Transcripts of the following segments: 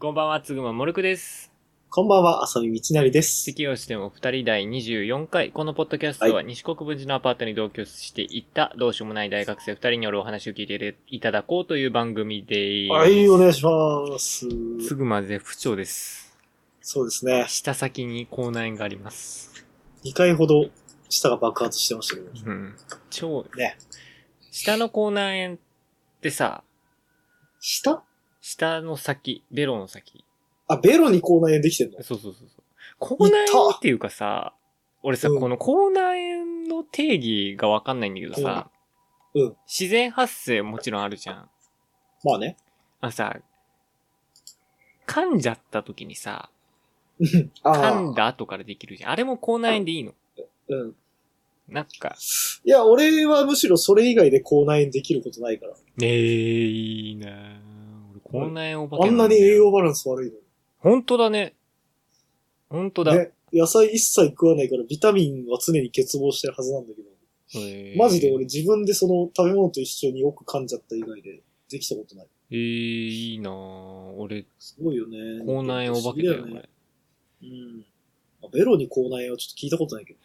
こんばんは、つぐまもるくです。こんばんは、遊び道なりです。席をしても二人第24回。このポッドキャストは西国分寺のアパートに同居していた、どうしようもない大学生二人によるお話を聞いていただこうという番組です。はい、お願いします。つぐま絶不調です。そうですね。舌先に口内炎があります。 2回ほど舌が爆発してましたけど。うん。超、ね。舌の口内炎ってさ、舌舌の先、ベロの先。あ、ベロに口内炎できてんのそうそうそうそう。口内炎痛っっていうかさ、俺さ、うんこの口内炎の定義がわかんないんだけどさ、うんうん自然発生もちろんあるじゃん。まあね。あのさ、噛んじゃった時にさ、うんあ噛んあ。だ後からできるじゃん。あれも口内炎でいいのうん。なんか、いや、俺はむしろそれ以外で口内炎できることないから。ねえ、いいなぁ俺、口内炎お化あけんだなよに栄養バランス悪いほんとだね。ほんとのだ。に。ね。野菜一切食わないからビタミンは常に欠乏してるはずなんだけど。へえマジで俺。自分でその食べ物と一緒によく噛んじゃった以外でできたことない。ええいいなぁ俺、すごいよね。口内炎お化けだよ、これ。うん。あベロに口内炎はちょっと聞いたことないけど。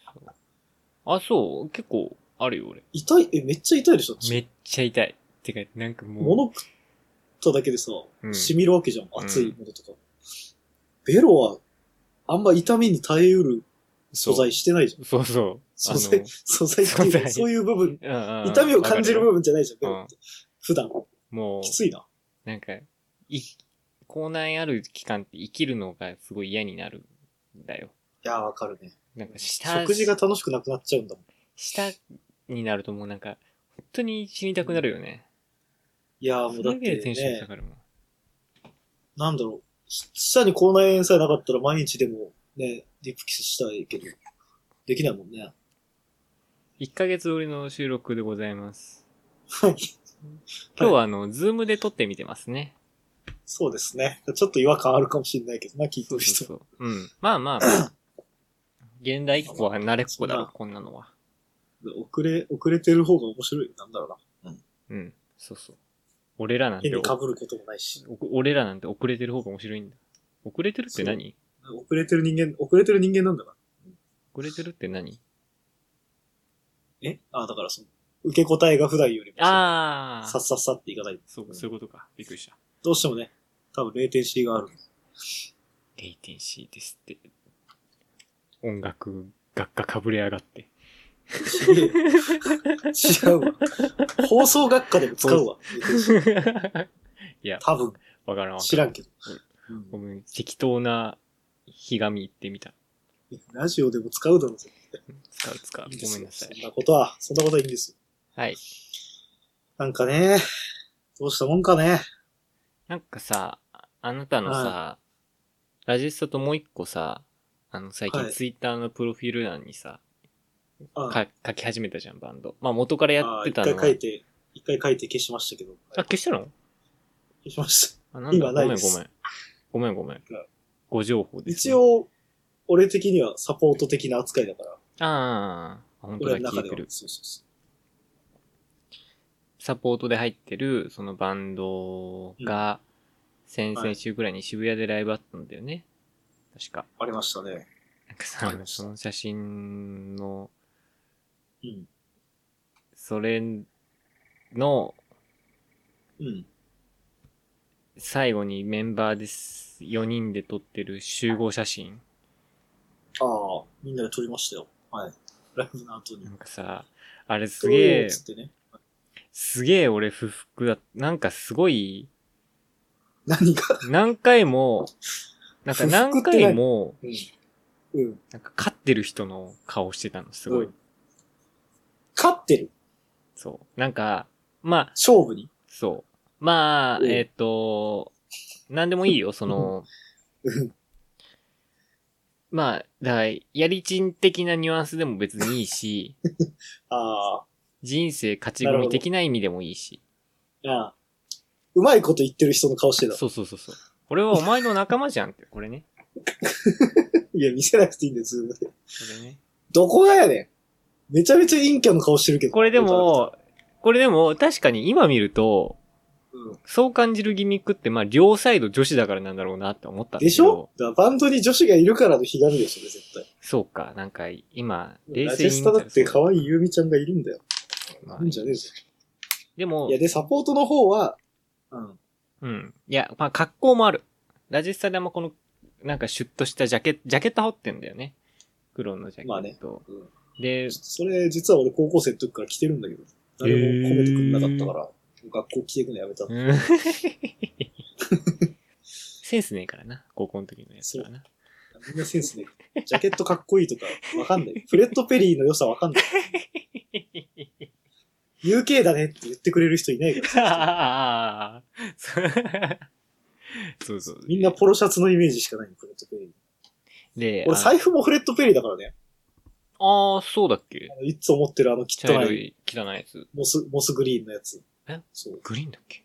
あ、そう結構、あるよ、俺。痛い、え、めっちゃ痛いでしょめっちゃ痛い。てか、なんかもう。物食っただけでさ、うん染みるわけじゃん。ん熱いものとか。ベロは、あんま痛みに耐えうる素材してないじゃん。そうそう。素材、素材って素いうか、材そういう部分、あのうんうん痛みを感じる部わか分じゃないじゃん、ベるロよって。普段。うんもうき、ついな。なんか、い、口内ある期間って生きるのがすごい嫌になるんだよ。いやー、わかるね。なんか、下、食事が楽しくなくなっちゃうんだもん。下になるともうなんか、本当に死にたくなるよね。いやー、もそうれだだっけてでテンションね下、がるもん。なんだろう。下に口内炎さえなかったら毎日でもね、リップキスしたいけど、できないもんね。 1ヶ月ぶりの収録でございます。はい。今日はあの、ズームで撮ってみてますね。そうですね。ちょっと違和感あるかもしれないけどな、聞いてそうるそう人。そう。うん。まあまあまあ。現代っ子は慣れっこだそんろな、こんなのは。遅れ、遅れてる方が面白い。なんだろうな。うん。そうそう。俺らなん変てに、被ることもないし。お俺らなんて遅れてる方が面白いんだ。遅れてるって何遅れてる人間、遅れてる人間なんだな。遅れてるって何えあだからその、受け答えが普段よりも、さああっさっさっていかない。そう、そういうことか。びっくりした。どうしてもね、多分0点 C がある。レイテンシーですって。音楽、学科かぶれ上が って。違うわ。放送学科でも使うわ。いや、多分、わからんわ知からん。らんけど。ごめん、適当な、ひがみ言ってみた。ラジオでも使うだろうぜ。使う使う。ごめんなさそんい。なことは、そんなことはいいんですよ。はい。なんかね、どうしたもんかね。なんかさ、あなたのさ、ラジスタともう一個さ、あの最近はいツイッターのプロフィール欄にさ、うんか書き始めたじゃん、バンド。まあ元からやってたあのーは。一回書いて、一回書いて消しましたけど。あ、消したの消しました。あ、なんだ今ごめないんごめでんす。ごめんごめん。ご情報です、一。応、俺的にはサポート的な扱いだから、あーあ、本当俺だ、聞の中いでてはる。。そうそうそサポートで入ってる、そのバンドが、先々週ぐらいに渋谷でライブあったんだよね。確か。う。ありましたね。なんかさあり、ましたその写真の、うん。それの、うん。最後にメンバーです。4人で撮ってる集合写真。ああ、みんなで撮りましたよ。はい。ライブの後にな。んかさ、あれすげえ、つってね。すげえ俺不服だ。なんかすごい、何が。何回も、なんか不服って何回も、うん。うん。なんか勝ってる人の顔してたの、すごい。うん勝ってるそう。なんか、まあ、勝負に。そう。まあ、うんえっ、と、なんでもいいよ、その、うん。まあ、だからやりちん的なニュアンスでも別にいいし、あ人生勝ち組的な意味でもいいし。あ、ああ。うまいこと言ってる人の顔してた。そうそうそうそう。俺はお前の仲間じゃんって、これね。いや、見せなくていいんだよ、ズームで。これね。どこがやねん。めちゃめちゃ陰キャの顔してるけど。これで、も、これでも、確かに今見ると、うん。そう感じるギミックって、まあ、両サイド女子だからなんだろうなって思ったんだけど。でしょだからバンドに女子がいるからの日があるでしょ、ね、絶対。そうか。なんか、今、冷ラ静ジに見スたタらだって可愛いゆうみちゃんがいるんだよ。そうまいあるんじゃねえぞ。でもいや、、で、サポートの方は、うん。うん。いや、まあ、格好もある。ラジスタでもこの、なんかシュッとしたジャケット、ジャケット羽織ってんだよね。黒のジャケット。まあねうんで、それ、実は俺高校生の時から着てるんだけど、誰も褒めてくれなかったから、学校着てくのやめた。うん センスねえからな。高校の時のやつはな。みんなセンスね。ジャケットかっこいいとか、わかんない。フレッド・ペリーの良さわかんない。UK だねって言ってくれる人いないから。そうそうそう。みんなポロシャツのイメージしかないの、フレッド・ペリー。で、俺あ財布もフレッド・ペリーだからね。あー、そうだっけあのいつも持ってるあの茶汚色いい汚いやつ。モス、モスグリーンのやつ。えそう。グリーンだっけ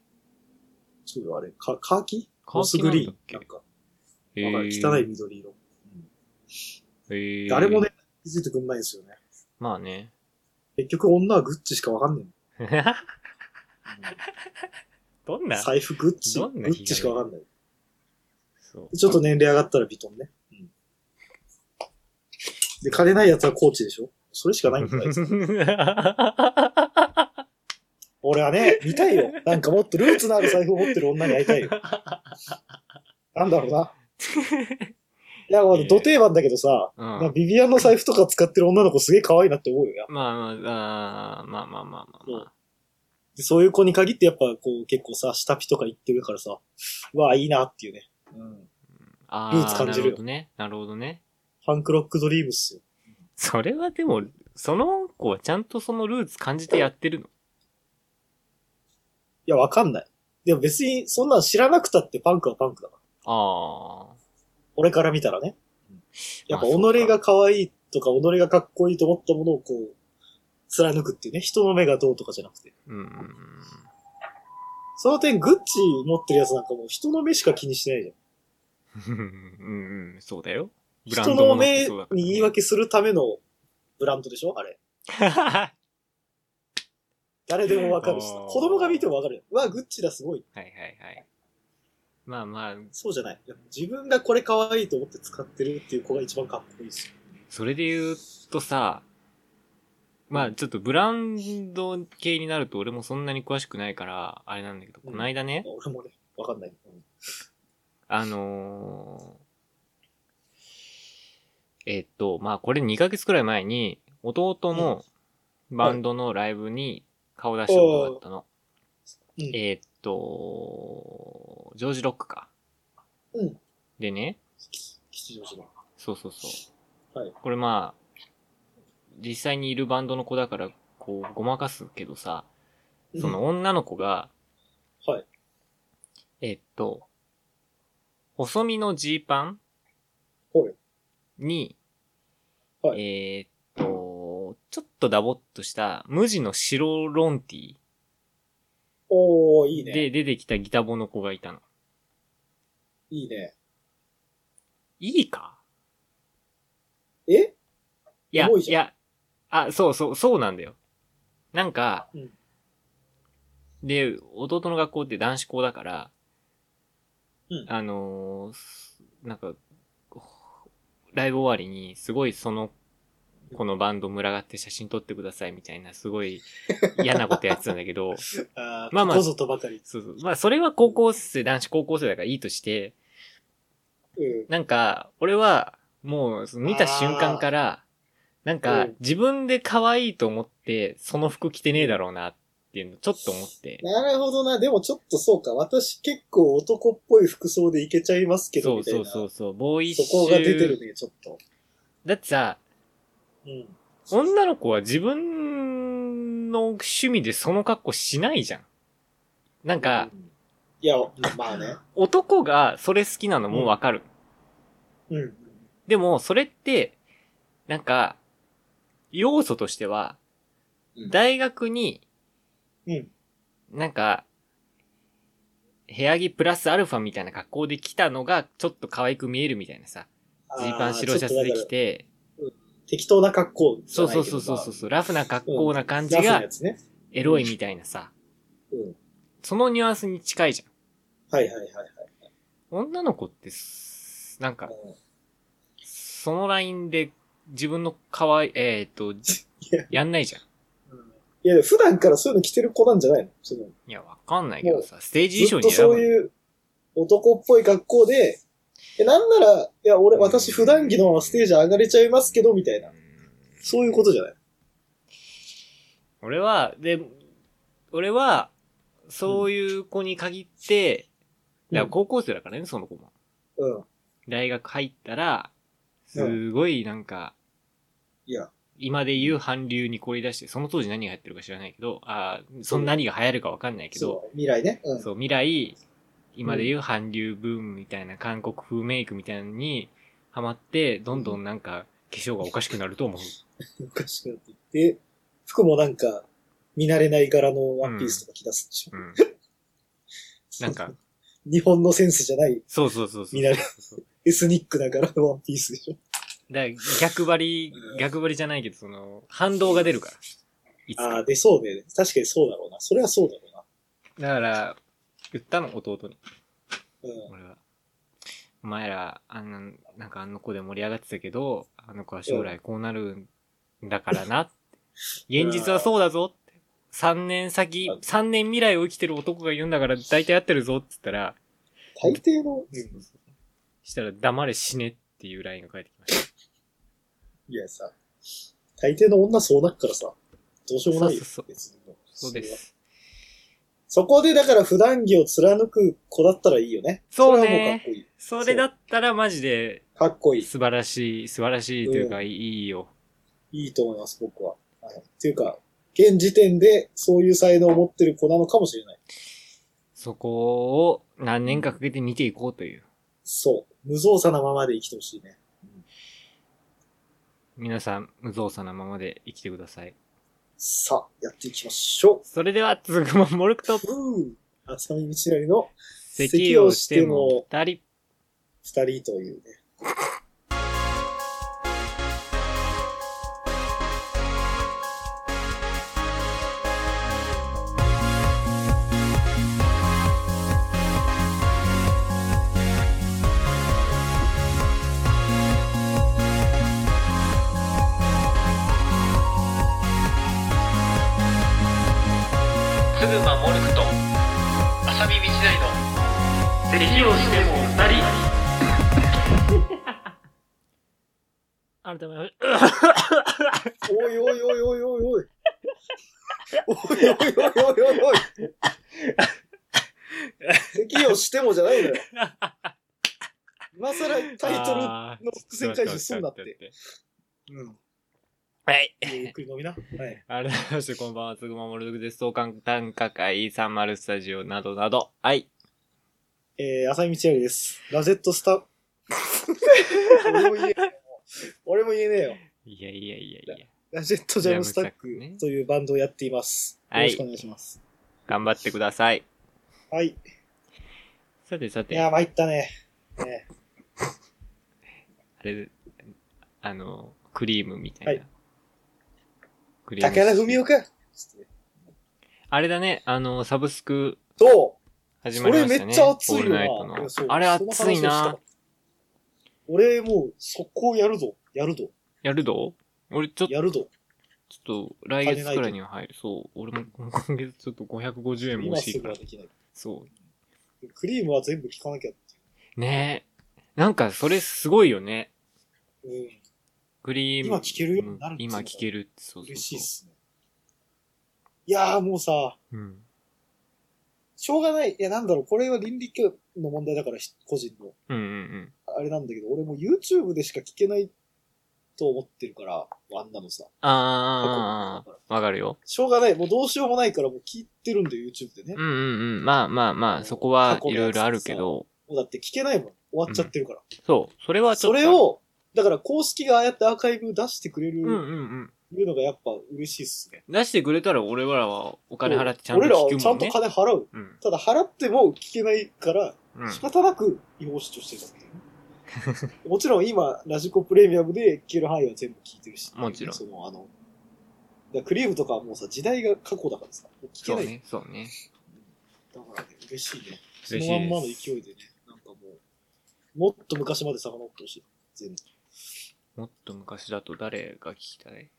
そうよ、あれ。か、カーキカモスーキグなんリだーンっ。けなんか、わえかんない汚い緑色。えー、誰もね、気づいてくんないんですよね。まあ ね。結局女はグッチしかわかんない。どんな財布グッチ、グどんな日がねッチしかわかんない。そうちょっと年齢上がったらビトンね。うん。で、金ない奴はコーチでしょそれしかないんだ よ。俺はね、見たいよ。なんかもっとルーツのある財布を持ってる女に会いたいよ。なんだろうな。いや、まあ、いいね土定番だけどさ、うなんかん。ビビアンの財布とか使ってる女の子すげえ可愛いなって思うよ。やっぱまあまあ、あーまあまあまあまあまあ。でそういう子に限ってやっぱこう結構さ、下火とか行ってるからさ、うわあ、いいなっていうね。うん。あルーツ感じるなるよほどね。なるほどね。ファンクロックドリームっすよ。それはでも、その子はちゃんとそのルーツ感じてやってるの。いや、わかんない。でも別にそんなん知らなくたってパンクはパンクだから。ああ。俺から見たらね。やっぱまあそうか己が可愛いとか、己がかっこいいと思ったものをこう、貫くっていうね。人の目がどうとかじゃなくて。うんうんうん。その点、グッチ持ってるやつなんかもう人の目しか気にしてないじゃん。うんうん、そうだよ。人のもって目そうだかにらね言い訳するためのブランドでしょあれ。は誰でもわかるしさあー子供が見てもわかるよ。うわ、グッチだ、すごい。いはいはい。まあまあ、そうじゃない。やっぱ自分がこれ可愛いと思って使ってるっていう子が一番かっこいいですよ。それで言うとさ、まあちょっとブランド系になると俺もそんなに詳しくないから、あれなんだけど、うんこの間ね、俺もね、わかんない。うんあのー、えっと、まあこれ2ヶ月くらい前に、弟のバンドのライブに顔出したことがあったの。うんえっと、ジョージロックか。うん。でね、吉祥寺の。そうそうそう。はいこれまあ、実際にいるバンドの子だから、こう、ごまかすけどさ、その女の子が、うん。はい。えっと、細身のジーパンはいに、はえーっと、ちょっとダボっとした無地の白ロンティおー、いいね。で出てきたギタボの子がいたの。いいね。いいかえいや、重いいじゃや、あ、そうそう、そうなんだよ。なんか、うんで、弟の学校って男子校だから、うんあのーすなんか、ほライブ終わりに、すごいその、このバンド群がって写真撮ってくださいみたいな、すごい嫌なことやってたんだけ ど、あーまあまあここぞとばかり。そうそう。まあ、それは高校生、男子高校生だからいいとして、うん。なんか、俺は、もう、その見た瞬間から、なんかうん、自分で可愛いと思って、その服着てねえだろうな、っていうの、ちょっと思って。なるほどな。でもちょっとそうか。私結構男っぽい服装でいけちゃいますけど、そうみたいそうな。そうそう、ボーイッシそュ。こが出てるね、ちょっと。だってさ、うん。女の子は自分の趣味でその格好しないじゃん。なんかう、ん、いや、まあね。男がそれ好きなのもわかる。うん。でも、それって、なんか、要素としては、うん大学に、うん。なんか、部屋着プラスアルファみたいな格好で来たのが、ちょっと可愛く見えるみたいなさ。ジーパン白シャツでき着。て、適当な格好じそゃうないそけうど。そうそうそうう。そう、ラフな格好な感じラフながや、つね。エロいみたいなさ。うん。そのニュアンスに近いじゃん。はいはいはいはい。女の子ってす、なんか、うんそのラインで自分の可愛い、えっ、と、ややんないじゃん。いや、普段からそういうの着てる子なんじゃないのそのいや、わかんないけどさ、ステージずっ衣装とに選そうぶ。いう男っぽい格好で、えなんなら、いや、俺、私普段着のままステージ上がれちゃいますけど、みたいな。そういうことじゃない俺は、で、俺は、そういう子に限って、うんいや高校生だからね、その子も。うん。大学入ったら、すごいなんか、いや、今で言う韓流に凝り出して、その当時何が流行ってるか知らないけど、あーその何が流行るかわかんないけど、そう、未来ね。うん。そう、未来、今で言う韓流ブームみたいな、韓国風メイクみたいなのにハマって、どんどんなんか、化粧がおかしくなると思う。おかしくなっていって、服もなんか、見慣れない柄のワンピースとか着出すでしょ。うん。なんか、日本のセンスじゃない、そうそうそうそう。見慣れそうそうエスニックな柄のワンピースでしょ。だから逆張り、逆張りじゃないけど、その、反動が出るから。いつああ、か。で、そうね。確かにそうだろうな。それはそうだろだから、言ったの、弟に。うな。うん。俺は。お前ら、あんな、なんかあの子で盛り上がってたけど、あの子は将来こうなるんだからなって。 現実はそうだぞって。3年先、3年未来を生きてる男が言うんだから大体合ってるぞって言ったら、大抵の、うんしたら黙れ死ねっていうラインが返ってきましいやさ、大抵の女そうなっからさ、どうしようもないよ。そうそうそう別にもうた。そうで。す。そこでだから普段着を貫く子だったらいいよね。そうねれはもうかっこいい。それだったらマジでかっこいい。素晴らしい、素晴らしいというか、いいよ。いいと思います、僕は。はい。っていうか、現時点でそういう才能を持ってる子なのかもしれない。そこを何年かかけて見ていこうという。そう。無造作なままで生きてほしいね。皆さん、無造作なままで生きてください。さあ、やっていきましょそれでは、つぐまモルクと、う。うー。浅見道成の咳をしても二人。二人というね。つぐまモルクと、あさみみちの、咳をしても二人。改めまして、おいおいおいおいおいおい。おいおいおいおいお いおい。咳をしてもじゃないのよ。今更タイトル、の伏線回収すんなって。 うん。はい。ゆっくり飲みな。はい。改めまして、こんばんは、つぐまモルクです。当館短歌会、サンマルスタジオなどなど。はい。えー、浅井道成です。ラゼットスタ俺も言えねえよ。俺も言えねえよ。いやいやいやいや。ラジェットジャムスタッジャムスタックねクというバンドをやっています。よはいろしくお願いします。頑張ってください。はい。い、さてさて、や、あ参ったね。ねれ、あの、クリームみたいな。はいクリーム武田文雄か。あれだね、あの、サブスクど始まりましたね。それめっちゃ熱いオーよなルナイトいやそうの。あれ熱いその話をしたなの。う俺もう速攻やるぞ。やるぞ。やるど俺ちょっと、やるぞ。ちょっと来月くらいには入る。そう。俺も 今月ちょっと550円も今欲しすいかぐはら。できない。そクリームは全部効かなきゃってう。ねえ。なんかそれすごいよね。いう。うん。クリーム。今聞けるようになるっうんていうの今が聞けるって、そうそうそう。嬉しいっすね。いやーもうさ、うん。しょうがない。いや、なんだろう、これは倫理教の問題だから、ひ個人の。うんうんうん。あれなんだけど、俺もう YouTube でしか聞けないと思ってるから、あんなのさ。あ過去のだからー、わかるよ。しょうがない。もうどうしようもないから、もう聞いてるんだよ、YouTube でね。うんうんうん。まあまあまあ、そこはいろいろあるけど、もうだって聞けないもん。終わっちゃってるから。そう。それはちょっそと。れ、を、だから公式がああやってアーカイブ出してくれうる、んうんうん。いうのがやっぱ嬉しいっすね。出してくれたら俺らはお金払ってちゃんと俺ら聞はくちゃもんんとね。金払う。うん。ただ払っても聞けないから、うん。仕方なく違法視聴してるっていう ねもちろん今、ラジコプレミアムで聞ける範囲は全部聞いてるし。もちろんその、あの、だからクリームとかはもうさ、時代が過去だからさ、もう聞けそうない。ね、そうね。だからね、嬉しいね。そ嬉しいですのまんまの勢いでね、なんかもう、もっと昔まで遡ってほしい。全部。もっと昔だと誰が聞きたい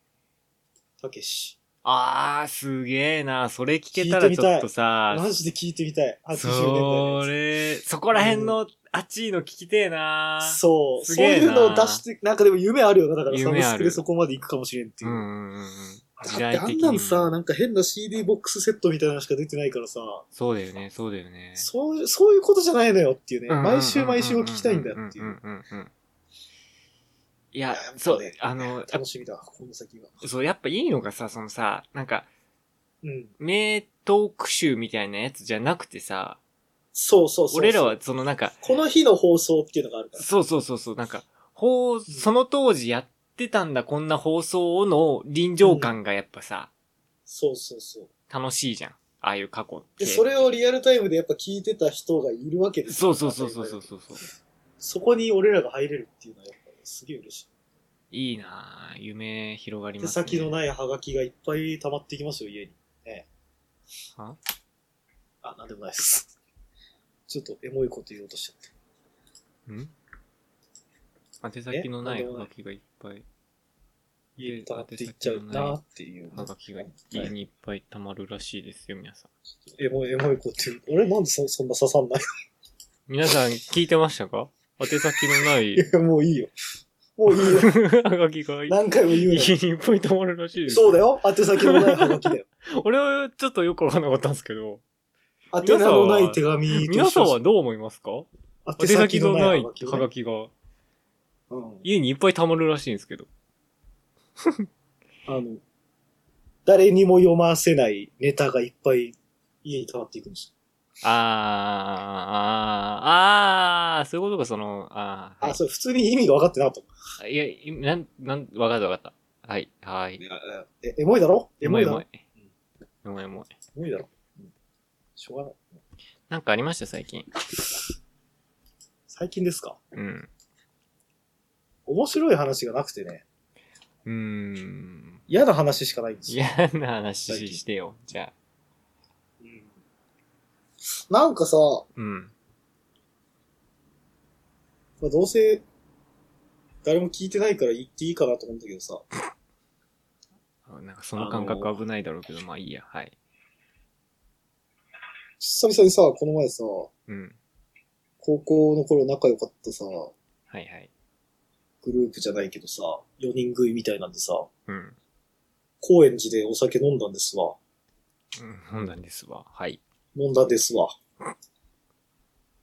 たけし。あー、すげえな。それ聞けたらちょっとさ、マジで聞いてみたい。80年代のやそつれ、そこら辺のあっちいの聞きてえな。そう。すそうげえいなうのを出して、なんかでも夢あるよな。だからサ夢あるブスクでそこまで行くかもしれんっていうう。んうんうんうん。だっ時て代あ的んになんも。さ、なんか変な CD ボックスセットみたいなのしか出てないからさ、そうだよね、そうだよね。そういう、そういうことじゃないのよっていうね。うんうんうんうん毎週毎週を聞きたいんだっていんう。んんうんいややっぱ、ねそう、あの、やっ楽しみだ、この先が。ぱそう、やっぱいいのがさ、そのさ、なんか、うん。名トーク集みたいなやつじゃなくてさ、そうそうそうそう。俺らはそのなんか、この日の放送っていうのがあるから。そうそうそうそう、なんか、ほう、その当時やってたんだ、こんな放送の臨場感がやっぱさ、そうそうそう。楽しいじゃん。ああいう過去って。で、それをリアルタイムでやっぱ聞いてた人がいるわけですそうそうそうそうそうう。そうそう。そこに俺らが入れるっていうのはやっぱ、すげえ嬉しいいなぁ。夢広がい。り手ますね。先のないハガキがいっぱい溜まってきますよ、家に。ねはあ、なんでもないです。ちょっとエモいこと言おうとしちゃっんた。宛先のないハガキがいっぱい。家に溜まっていっちゃうなっていう。ハガキが家にいっぱい溜まるらしいですよ、皆さん。エモい、エモいこと言う。俺なんでそそんな刺さんない皆さん聞いてましたか宛先のない いやもういいよ。もういいよ。ハガキが何回も言う家 な。にいっぱい溜まるらしいです。そうだよ。宛先のないハガキ だよ。俺はちょっとよくわかんなかったんですけど、宛名のない手紙と一緒皆さんはどう思いますか宛宛先先ののなないいハガキハねガ。キがうん家にいっぱい溜まるらしいんですけど。あの、誰にも読ませないネタがいっぱい家に溜まっていくんですあー、あー、あー、そういうことか、その、あー、はよ。あ、それ普通に意味が分かってなかった。い。いや、いなん、なん、わかったわかった。はい、はい。え、エモいだろエモいだろい。エモいエモい。エモいだろ。うんしょうがない。なんかありました、最近。最近ですかうん。面白い話がなくてね、うーん。嫌な話しかないんですよ。嫌な話してよ、じゃあ。うんなんかさ、うん。まあ、どうせ、誰も聞いてないから言っていいかなと思うんだけどさ、なんかその感覚危ないだろうけど、まあいいや、はい。久々にさ、この前さ、うん。高校の頃仲良かったさ、はいはい。グループじゃないけどさ、4人食いみたいなんでさ、うん。高円寺でお酒飲んだんですわ。うん、飲んだんですわ。はい。飲んだんですわ。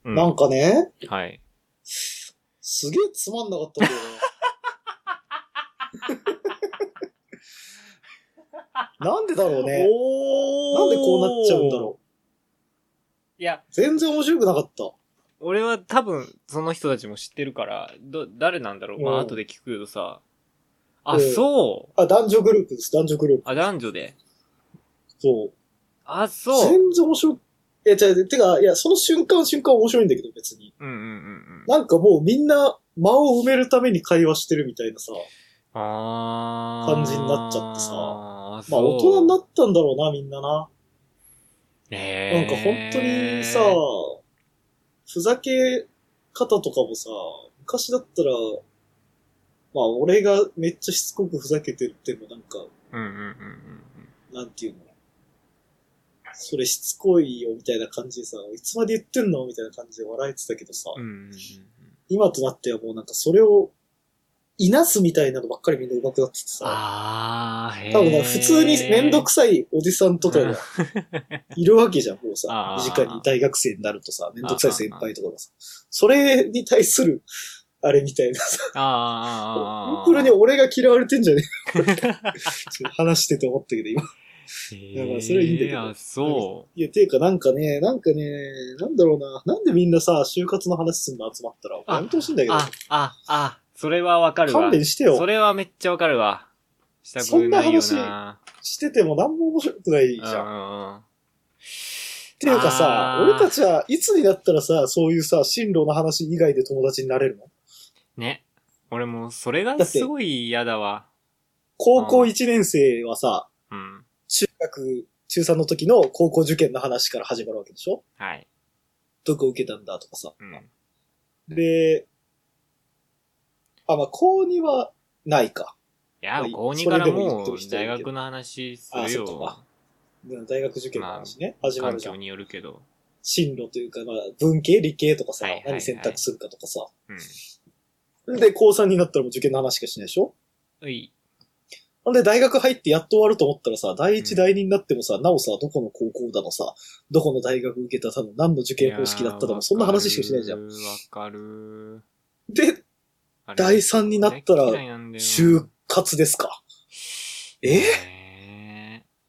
うんなんかね、はい。すげえつまんなかったんだよね。 なんでだろうね。おなんでこうなっちゃうんだろう。う。いや、全然面白くなかった。俺は多分その人たちも知ってるから、ど、誰なんだろう。まうんあ後で聞くけどさ。あ、うんそう。あ、男女グループです、男女グループ。あ、男女で。そう。あ、そう。全然面白い。いや、違う、てか、いや、その瞬間瞬間面白いんだけど、別に。うんうんうんうん。なんかもうみんな、間を埋めるために会話してるみたいなさ。あー感じになっちゃってさあ、まあ、大人になっったんだろうな、みんなな。てなんか本当にさ、ふざけ方とかもさ、昔だったら、まあ、俺がめっちゃしつこくふざけてるってもなんか、うんうんうんうんなんていうのそれしつこいよみたいな感じでさ、いつまで言ってんのみたいな感じで笑えてたけどさ、うん。うんうんうん今となってはもうなんかそれを、いなすみたいなのばっかりみんな上手くなっててさ、あー、へー多分なんか普通にめんどくさいおじさんとかうがんいるわけじゃん、もうさ、 あー身近に大学生になるとさ、めんどくさい先輩とかがさ、それに対する、あれみたいなさ、あーあーあーあー。これに俺が嫌われてんじゃねえちょっと話してて思ったけど、今。だからそれはいいんだけどへーあ、そいや、ていうかなんかね、なんかね、なんだろうな、なんでみんなさ、就活の話すんの集まったら、あやめてほしいんだう。けあ、あ、あ、それはわかるど、わ勘。弁してそよ。れはめっちゃわかるわ。したくないよそんなな。してても何も面白くないじゃん。っゃん。ていうかさあ、ー俺たちはいつになったらさ、そういうさ、進路の話以外で友達になれるのね。俺も、それだがってすごい嫌だわ。高校1年生はさ、うん。中学中3の時の高校受験の話から始まるわけでしょはい。どこ受けたんだとかさ。うん。で、あ、まあ、高2はないか。いやまあ、高2からもそれでも言ってるう人い大るけど学の話すあるそっかよま。うん大学受験の話ね、始ま環るじゃ境ん。によるけど。進路というか、まあ、文系、理系とかさ、はいはいはい何選択するかとかさ。うん。で、高3になったらもう受験の話しかしないでしょうい。ほんで、大学入ってやっと終わると思ったらさ、第う一、ん第二になってもさ、なおさ、どこの高校だのさ、どこの大学受けただの、何の受験方式だっただいやーの、そんな話しかしないじゃん。わかるで、わかる。第三になったら大嫌いなんだよ就活ですか。えね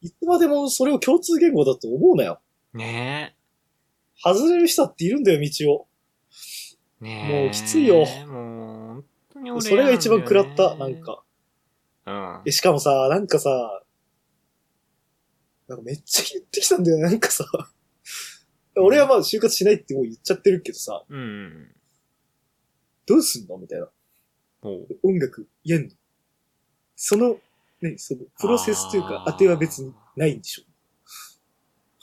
いつまでもそれを共通言語だと思うなよ。え。ね外れる人だっているんだよ、道を。え。ねえ。もうきついよもう、本当に俺それが一番食らった、なん。か。うんえ、。しかもさ、なんかさ、なんかめっちゃ言ってきたんだよね、なんかさ。俺はまあ就活しないってもう言っちゃってるけどさ、うんうん。どうすんのみたいな。おう音楽やんのその、ね、その、プロセスというか、当ては別にないんでしょ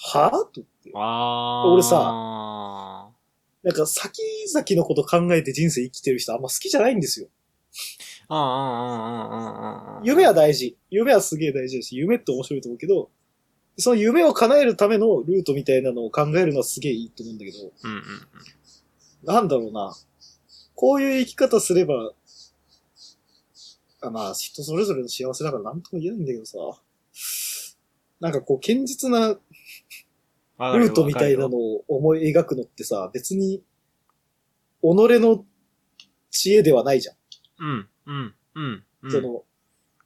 はぁと思って。あー。俺さあなんか、先々のこと考えて人生生きてる人あんま好きじゃないんですよ。ーあーあーあーあーあーあー夢は大事。夢はすげえ大事だし、夢って面白いと思うけど、その夢を叶えるためのルートみたいなのを考えるのはすげえいいと思うんだけど、うんうんうん。なんだろうな。こういう生き方すれば、あまあ、人それぞれの幸せだからなんとも言えないんだけどさ、なんかこう、堅実なわかるルよートみたいなの。を思い描くのってさ、別に、己の知恵ではないじゃん。うん、うん、うん。うんそ、の、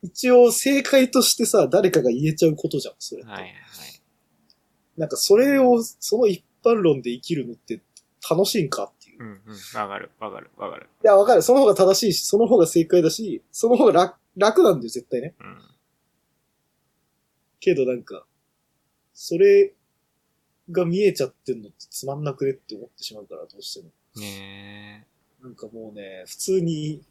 一応正解としてさ、誰かが言えちゃうことじゃん、それって。はいはい。なんかそれを、その一般論で生きるのって楽しいんかっていう。ういん、うん。わかる、わかる、わかる。や、わかる。その方が正しいし、その方が正解だし、その方が楽楽なんだよ、絶対ね。うん。けどなんか、それが見えちゃってんのってつまんなくねって思ってしまうから、どうしても。ねなんかもうね、普通に、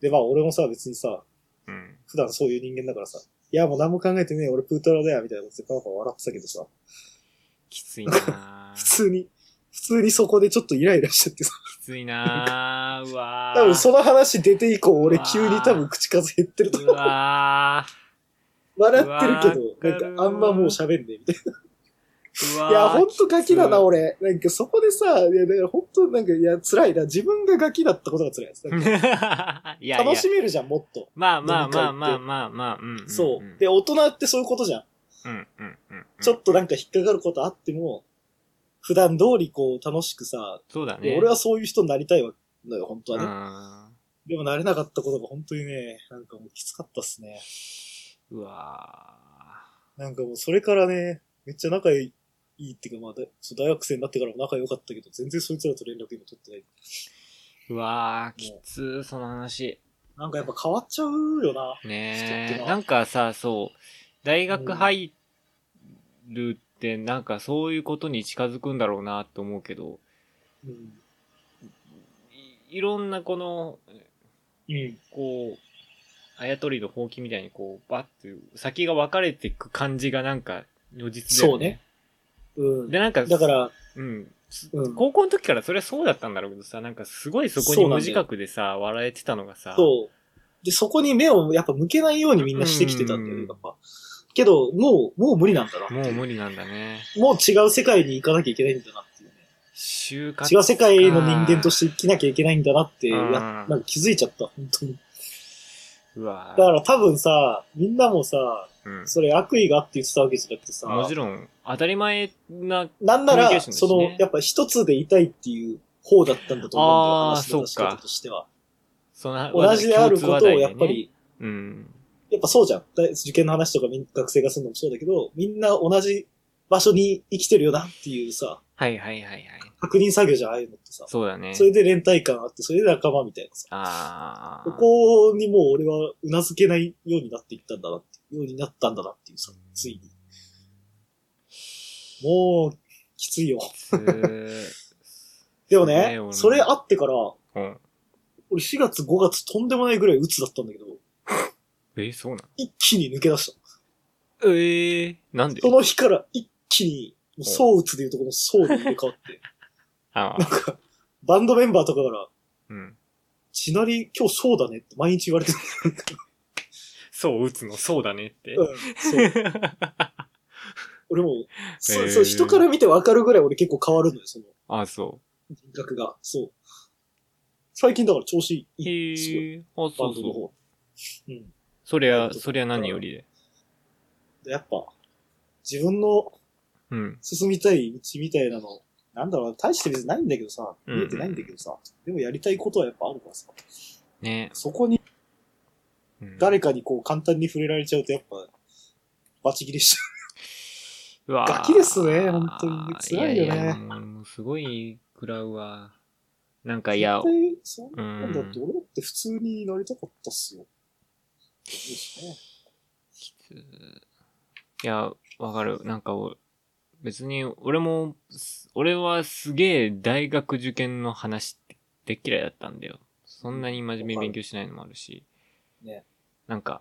で、まあ俺もさ、別にさ、え。うん。普段そういう人間だからさ、いやもう何も考えてねえ、俺プータローだよ、みたいなことでパンパン笑ってたけどさ、きついな 普ー。通に、普通にそこでちょっとイライラしちゃってさ、きついな ー。うわー。多分その話出て以降、俺急うに多わ分口数減ってるとうわ笑ってるけうわど、なんかあんまもう喋んねえ、みたいー。うな。わー。いや、ほんとガキだな、き俺。なんかそこでさ、いや、だからほんとなんか、いや、辛いな。自分がガキだったことが辛いです。なん かつい。いやいや。楽しめるじゃん、もっと。まあまあまあまあまあまあ、うんんん。そう。で、大人ってそういうことじゃん。うんうんうん。ちょっとなんか引っかかることあっても、普段通りこう楽しくさ、そうだでね。俺ははそういう人になりたいわのよ、本当はね。ね。でもなれなかったことが本当にね、なんかもうきつかったっすね。うわなんかもうそれからね、めっちゃ仲いいっていうか、まあ、だそう大学生になってからも仲良かったけど、全然そいつらと連絡今取ってない。ー。うわー、きつー、その話。なんかやっぱ変わっちゃうよな。人っねてえ。ななんかさ、そう、大学入るって、なんかそういうことに近づくんだろうなと思うけど、うん。いいろんなこの、うん。こう、あやとりのほうきみたいにこう、バッて、先が分かれていく感じがなんか、如実だよね。うん。で、なんか、だから、うん。すうん高校の時からそれはそうだったんだろうけどさ、なんかすごいそこに無自覚でさ、笑えてたのがさ、そう。で、そこに目をやっぱ向けないようにみんなしてきてたんだようね、んやっぱ。けど、もう、もう無理なんだな。もう無理なんだね。もう違う世界に行かなきゃいけないんだなっていうね。就活違う世界の人間として生きなきゃいけないんだなって、やうんなんか気づいちゃった、本当に。うわだから多分さ、みんなもさ、うん。それ悪意があって言ってたわけじゃなくてさ、もちろん、当たり前な、なんなコミュニケーら、ションだしそねの、やっぱ一つでいたいっていう方だったんだと思うんだよ、あー話の出しそう方かとしては。その同じであることをやっ共通話題ぱ、でねり、うん。やっぱそうじゃん。大受験の話とかみん学生がするのもそうだけど、みんな同じ場所に生きてるよなっていうさ、はいはいはいはい。確認作業じゃん、ああいうのってさ。そうだねそ。れで連帯感あって、それで仲間みたいなさ。ああ。ここにもう俺はうなずけないようになっていったんだなって、ようになったんだなっていうさ、ついに。もう、きついよ。つ ーでもね俺、もそれあってから、うん。俺4月5月とんでもないぐらい鬱だったんだけど、え、そうなの一気に抜け出した。ええなんでその日から一気に、もうソウツでいうとこのソウに入れ替わって、あなんか、バンドメンバーとかから、うん。ちなり今日そうだねって毎日言われてる。そう、打つの、そうだねって。うん、そう。 俺も、そへう、ーそう、人から見てわかるぐらい俺結構変わるのよ、そのあ、そ。人格が。そう。最近だから調子いうい。すごい。へえ。あ、バそンうドのそう。方。うん。そりゃ、そりゃ何よりで。でやっぱ、自分のうん。進みたい道みたいなの、なんだろうな、大して別にないんだけどさ、うんうん見えてないんだけどさ、でもやりたいことはやっぱあるからさ、ね。そこにうん誰かにこう簡単に触れられちゃうとやっぱ、バチ切れしちゃうわガキですね本当に辛いよねややもうもうすごい食らうわ。なんかう。いや、絶対そんうなんだってん。俺だって普通になりたかったっすよ。そうですね。いや、わかる。なんかお、別に俺も、す俺はすげえ大学受験の話ってで嫌いだったんだよ。そんなに真面目に勉強しないのもあるし。ねなんか、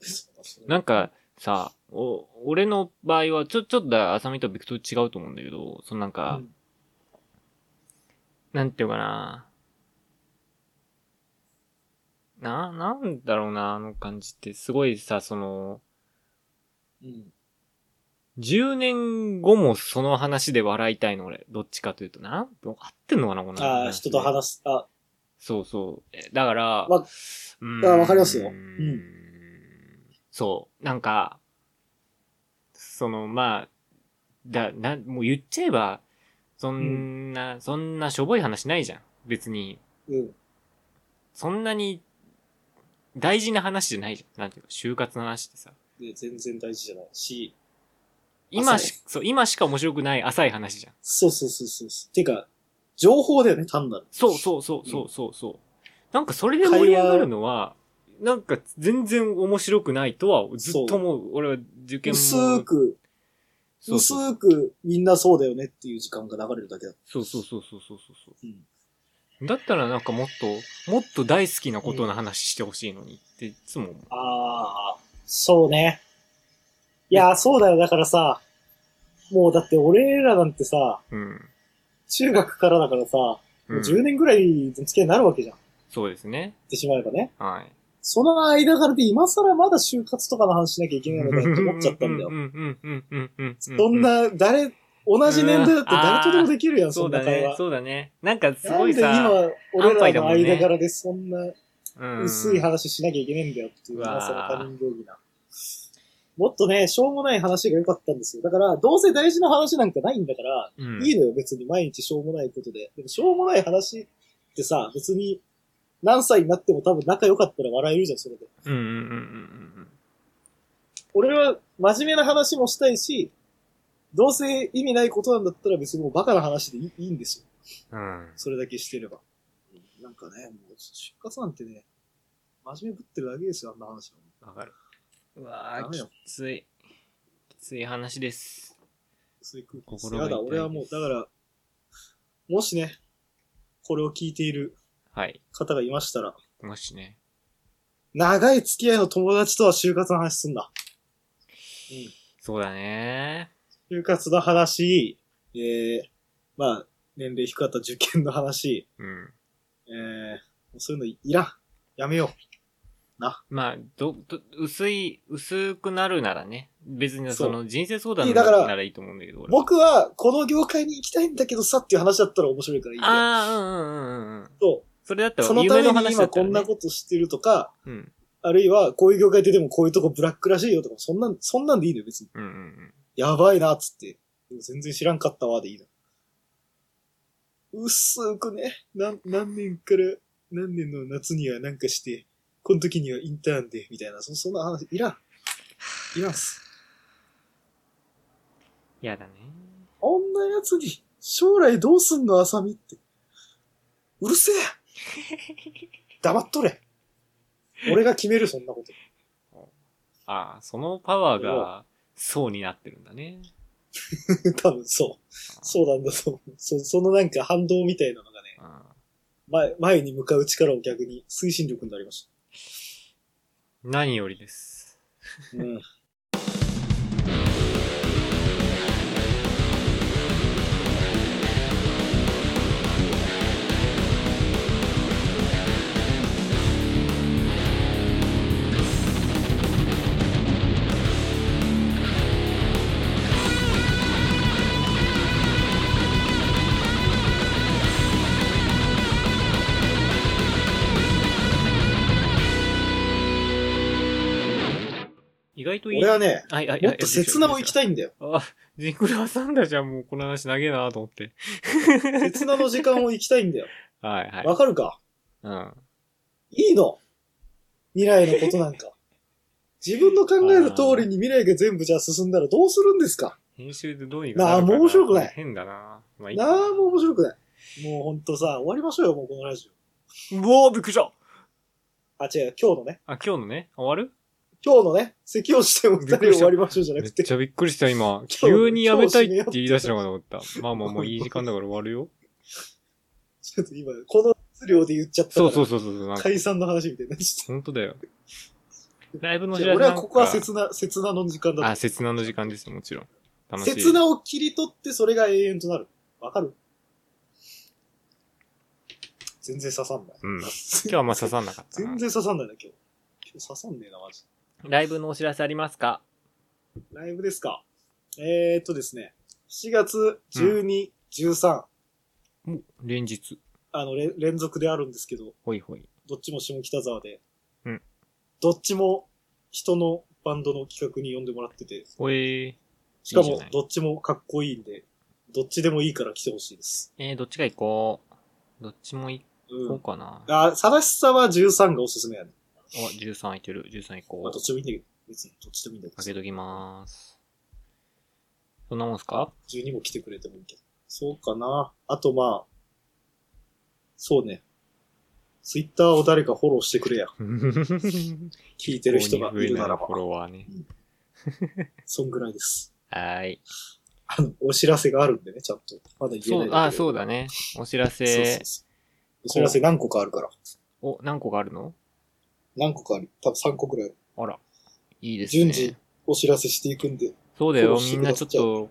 そうだそれ なんかさ、お俺の場合は、ちょ、ちょっとだ、浅見とビクと違うと思うんだけど、そのなんか、うんなんていうかな。な、なんだろうな、あの感じって。すごいさ、その、うん。 10年後もその話で笑いたいの、俺。どっちかというと、なん合ってんのかな、このああ、人とす。話す、あ、そうそう。えだから、わうんあわかりますよう。うんそう。なんか、その、まあ、だ、な、もう言っちゃえば、そんな、そんなしょぼい話ないじゃん。別に、うん。そんなに、大事な話じゃないじゃん。なんていうか、就活の話ってさ。で全然大事じゃないし、今し、そう、今しか面白くない浅い話じゃん。そうそうそうそうそう。てか、情報だよね、単なる。そうそうそうそうそうそう。なんかそれで盛り上がるのは、なんか全然面白くないとはずっと思う。俺は受験も。薄く、そうそう薄くみんなそうだよねっていう時間が流れるだけだ。そうそうそうそうそうそうそううん。だったらなんかもっと、もっと大好きなことの話してほしいのにっていつも思う。ああ、そうね。いやー、そうだよ。だからさ、もうだって俺らなんてさ、うん。中学からだからさ、もううん10年ぐらいの付き合いになるわけじゃん。言そうですね。ってしまえばね。はい。その間からで今更まだ就活とかの話しなきゃいけないのかって思っちゃったんだうよ。んうんうんうんうんうん。そんな、誰、同じ年代だって誰とでもできるやん、そそうんだな会ね話。。そうだね。なんかすなごんいでさ、今、俺安牌だらのもんね間柄でそんなうん薄い話しなきゃいけないんだよっていううな、わその他人行儀な。もっとね、しょうもない話が良かったんですよ。だから、どうせ大事な話なんかないんだから、うんいいのよ、別に毎日しょうもないことで。でも、しょうもない話ってさ、別に、何歳になっても多分仲良かったら笑えるじゃん、それで。うんうんうんうんうん。俺は真面目な話もしたいし、どうせ意味ないことなんだったら別にもうバカな話でいいいいんですよ。うん。それだけしてれば。うんなんかね、もう、就活なんてね、真面目ぶってるだけですよ、あんな話は。わかる。うわダメよー、きつい。きつい話です。そういう空気です心がや痛いだ、です俺はもう、だから、もしね、これを聞いているはい。方がいましたら、もしね。長い付き合いの友達とは就活の話すんだ。そうだね。就活の話、えー、まあ、年齢低かった受験の話、うん。えー、もうそういうのいいらん。やめよまあ、ど、ど、薄い、薄くなるならね。別にその人生相談いのいだからならいいと思うんだけど、う。俺は。僕は、この業界に行きたいんだけどさっていう話だったら面白いからいいんだよ。ああ、うんうんうんうんうん。そう。それだったそらのた夢めのに話だ今ったこら、んね。なことしてるとか、うん。あるいはこういう業界ででもこういうとこブラックらしいよとか、そんなん、そんなんでいいのよ、別に。うんうんうん。やばいな、っつって。でも全然知らんかったわ、でいいの。薄くね、なん、何年から、何年の夏にはなんかして、この時にはインターンで、みたいな、そ、そんな話、いらん。いらんっす。嫌だね。あんなやつに、将来どうすんの、あさみって。うるせえ黙っとれ俺が決める、そんなこと。 ああ、そのパワーが、そうになってるんだね。多分そう。そうなんだと思う。そそのなんか反動みたいなのがね、ああ前前に向かう力を逆に推進力になりまし何よりです。た。うん。外といい。俺はね、はいはいもっと切なを行きいたいんだよ。や。あ、ジンクラさんだじゃん、もうこの話長えなと思って。切なの時間を行きたいんだよ。 はいはい。わかるかうん。いいの未来のことなんか。自分の考える通りに未来が全部じゃあ進んだらどうするんですか編集でどうにかなあるかもう面白くない変だなまあいいなかあもう面白くない。もうほんとさ、終わりましょうよ、もうこのラジうわーびっくりしたオ。あ、違う、今日のね。あ、今日のね、終わる今日のね、咳をしても二人びっくりした終わりましょうじゃなめく。ってちゃびっくりした、今。 今日急にやめたいって言い出したのかと思った。まあまあもういい時間だから終わる よ。ちょっと今、この熱量で言っちゃったかそら。うそうそうそう。なんか解散の話みたいになっちゃっ本当だよ。ライブのた時じゃあ間俺はここは切な、切なの時間だあ、切なの時間です、もちろん。と。楽しい。切なを切り取ってそれが永遠となる。わかる全然刺さんない。うん今日はあんま刺さんなかったな 全然刺さんないな、今日。今日刺さんねえな、マジで。ライブのお知らせありますかライブですか。えーっとですね、7月12、13、もう、連日。あの、れ連続であるんですけど、ほいほい。どっちも下北沢で、うんどっちも人のバンドの企画に呼んでもらってて、ほえしかいいじもゃないどっちもかっこいいんで、どっちでもいいから来てほしいです。ー。えー、どっちが行こうどっちも行う。こうんかな。あ、探しさは13がおすすめやね。お、13空いてる。13行まこあ、どっちでもいいんだけど、別にどっちでもいいんだう。かけけど、ときまーす。そんなもんす か12も来てくれてもいいけど。そうかな。あとまあ、そうね。ツイッターを誰かフォローしてくれや。聞聞いてる人がいるならばフォ。ロワーね。そんぐらいです。はーい。あの、お知らせがあるんでね、ちゃんと。まだ言えそ、ないうだあ、けそどうだね。お知らそうそうせ、そうお知らせ何個かあるから。お、何個があるの何個かある。多分3個くらいある。あら、いいですね。順次お知らせしていくんで。そうだよ、フォローしみんてくだなさちいょ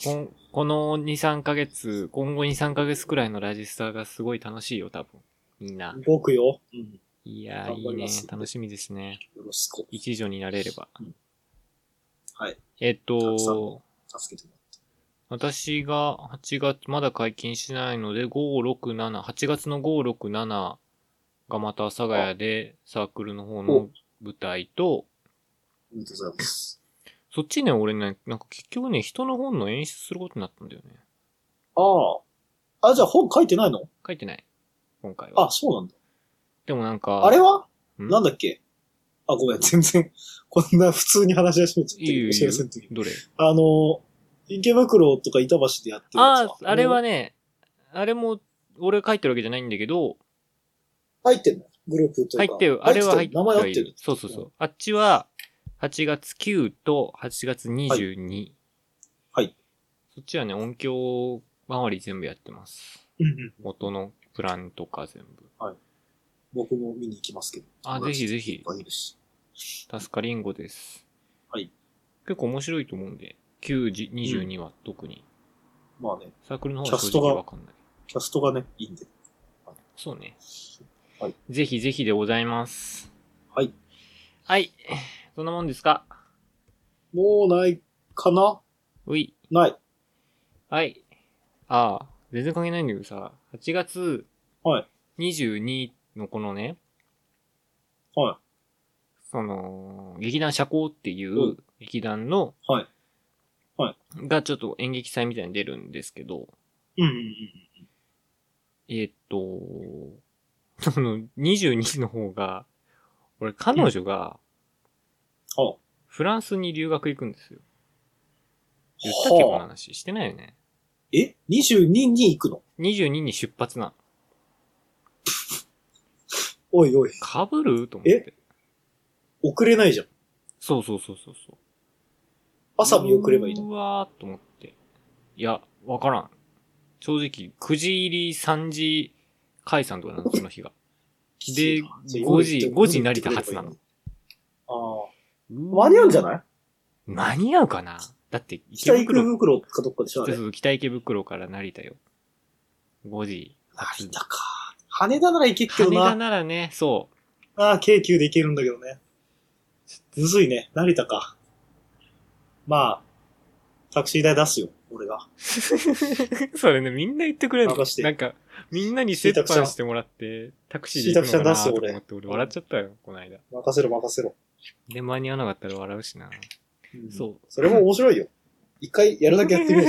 っと、こんこの2、3ヶ月、今後2、3ヶ月くらいのラジスターがすごい楽しいよ、多分。みんな。動くよ。うん。よいやー、頑い張いりねます。楽しみですね。ろしく。一助になれればうん。はい。えったくさんとの、助けても私が8月、まだ解禁してないので、5、6、7、8月の5、6、7がまた阿佐ヶ谷でサークルの方のお舞台と、らって。ありがとうございます。そっちね、俺ね、なんか結局ね、人の本の演出することになったんだよね。ああ。あ、じゃあ本書いてないの書いてない。今回は。あ、そうなんだ。でもなんか、あれはうんなんだっけあ、ごめん、 全然、こんな普通に話し始めちゃっていいよる。お知らせの時。どれあの、池袋とか板橋でやってるやつああ、あれはね、あれも、俺書いてるわけじゃないんだけど、入ってんのグループと入いうか。ってる。あれは入ってた名前合ってるる。。そうそうそう。あっちは、8月9と8月22。はい。そっちはね、音響周り全部やってます。うんうん。音のプランとか全部。僕も見に行きますけど。あ、ぜひぜひ、あいいです。タスカリンゴです。はい。結構面白いと思うんで、9時22は特に。まあね、サークルの方キャはス正トが直わかんない。キャストがね、いいんで。そうね。はいぜひぜひでございます。はい。はい。そんなもんですかもうないかなうい。ない。はい。ああ、全然関係ないんだけどさ、8月はい22のこのね、はその、劇団社交っていうう劇団の、はいはがちょっと演劇祭みたいに出るんですけど、い。うんうんうん。えーっと、その22の方が、俺彼女があ、フランスに留学行くんですよ。言ったっけこのはあ、話。してないよね。え ?22 に行くの22に出発なの。おいおい。かぶると思って。遅れないじゃん。そうそうそうそうそう。朝見送ればいいの。うわーと思って。いや、わからん。正直、9時入り3時解散とかなの、その日が。で、5時、5時成田発なの。。ああ。間間に合うんじゃないい間に合うかなだって、池北池袋、袋かどっかでしょあそうれ。そう北池袋から成田よ。5時。成田か。羽田なら行けっけど羽田な。ならね、そう。 ああ、京急で行けるんだけどね。むずいね。成田か。まあ、タクシー代出すよ。俺が。それね、みんな言ってくれるの任してなんか、みんなに折半してもらって、タクシーで行くのかなと思って、俺笑っちゃったよ、この間。任せろ、任せろ。で、間に合わなかったら笑うしな。うんそう。それも面白 いよ。一回やるだけやってみる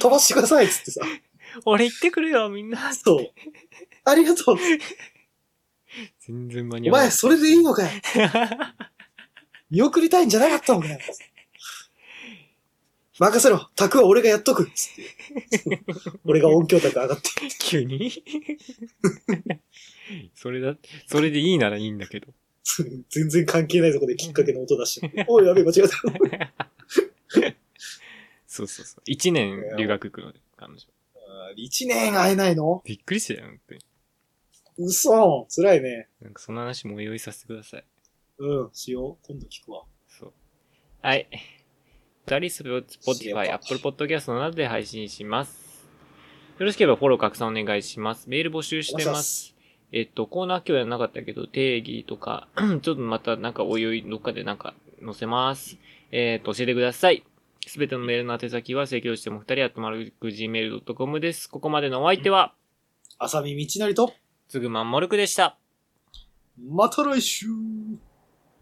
飛ばしてくださいっつってさ。俺行ってくるよ、みんな。そう。ありがとう。全然間にお合わな前、い。それでいいのかい見送りたいんじゃなかったのかよ。任せろ。卓は俺がやっとく。 つって俺が音響卓上がって。 急に それだ、それでいいならいいんだけど。 全然関係ないとこできっかけの音出して。おい、やべえ、間違えた。そうそうそう。一年留学行くので、彼女。一年会えないのびっくりしたよ、本当に。嘘。辛いね。なんかその話もお用意させてください。うん、しよう。今度聞くわ。そう。はい。二人スポーティファイ、知れアばップルポッドキャストなどで配信します。よろしければフォロー拡散お願いします。メール募集してます。えっと、コーナー今日やらなかったけど、定義とか、 ちょっとまたなんかおいおいどっかでなんか載せます。えっと、教えてください。すべてのメールの宛先は、請求しても二人、アットマルク Gmail.com です。ここまでのお相手は、浅見道成と、つぐまんもるくでした。また来週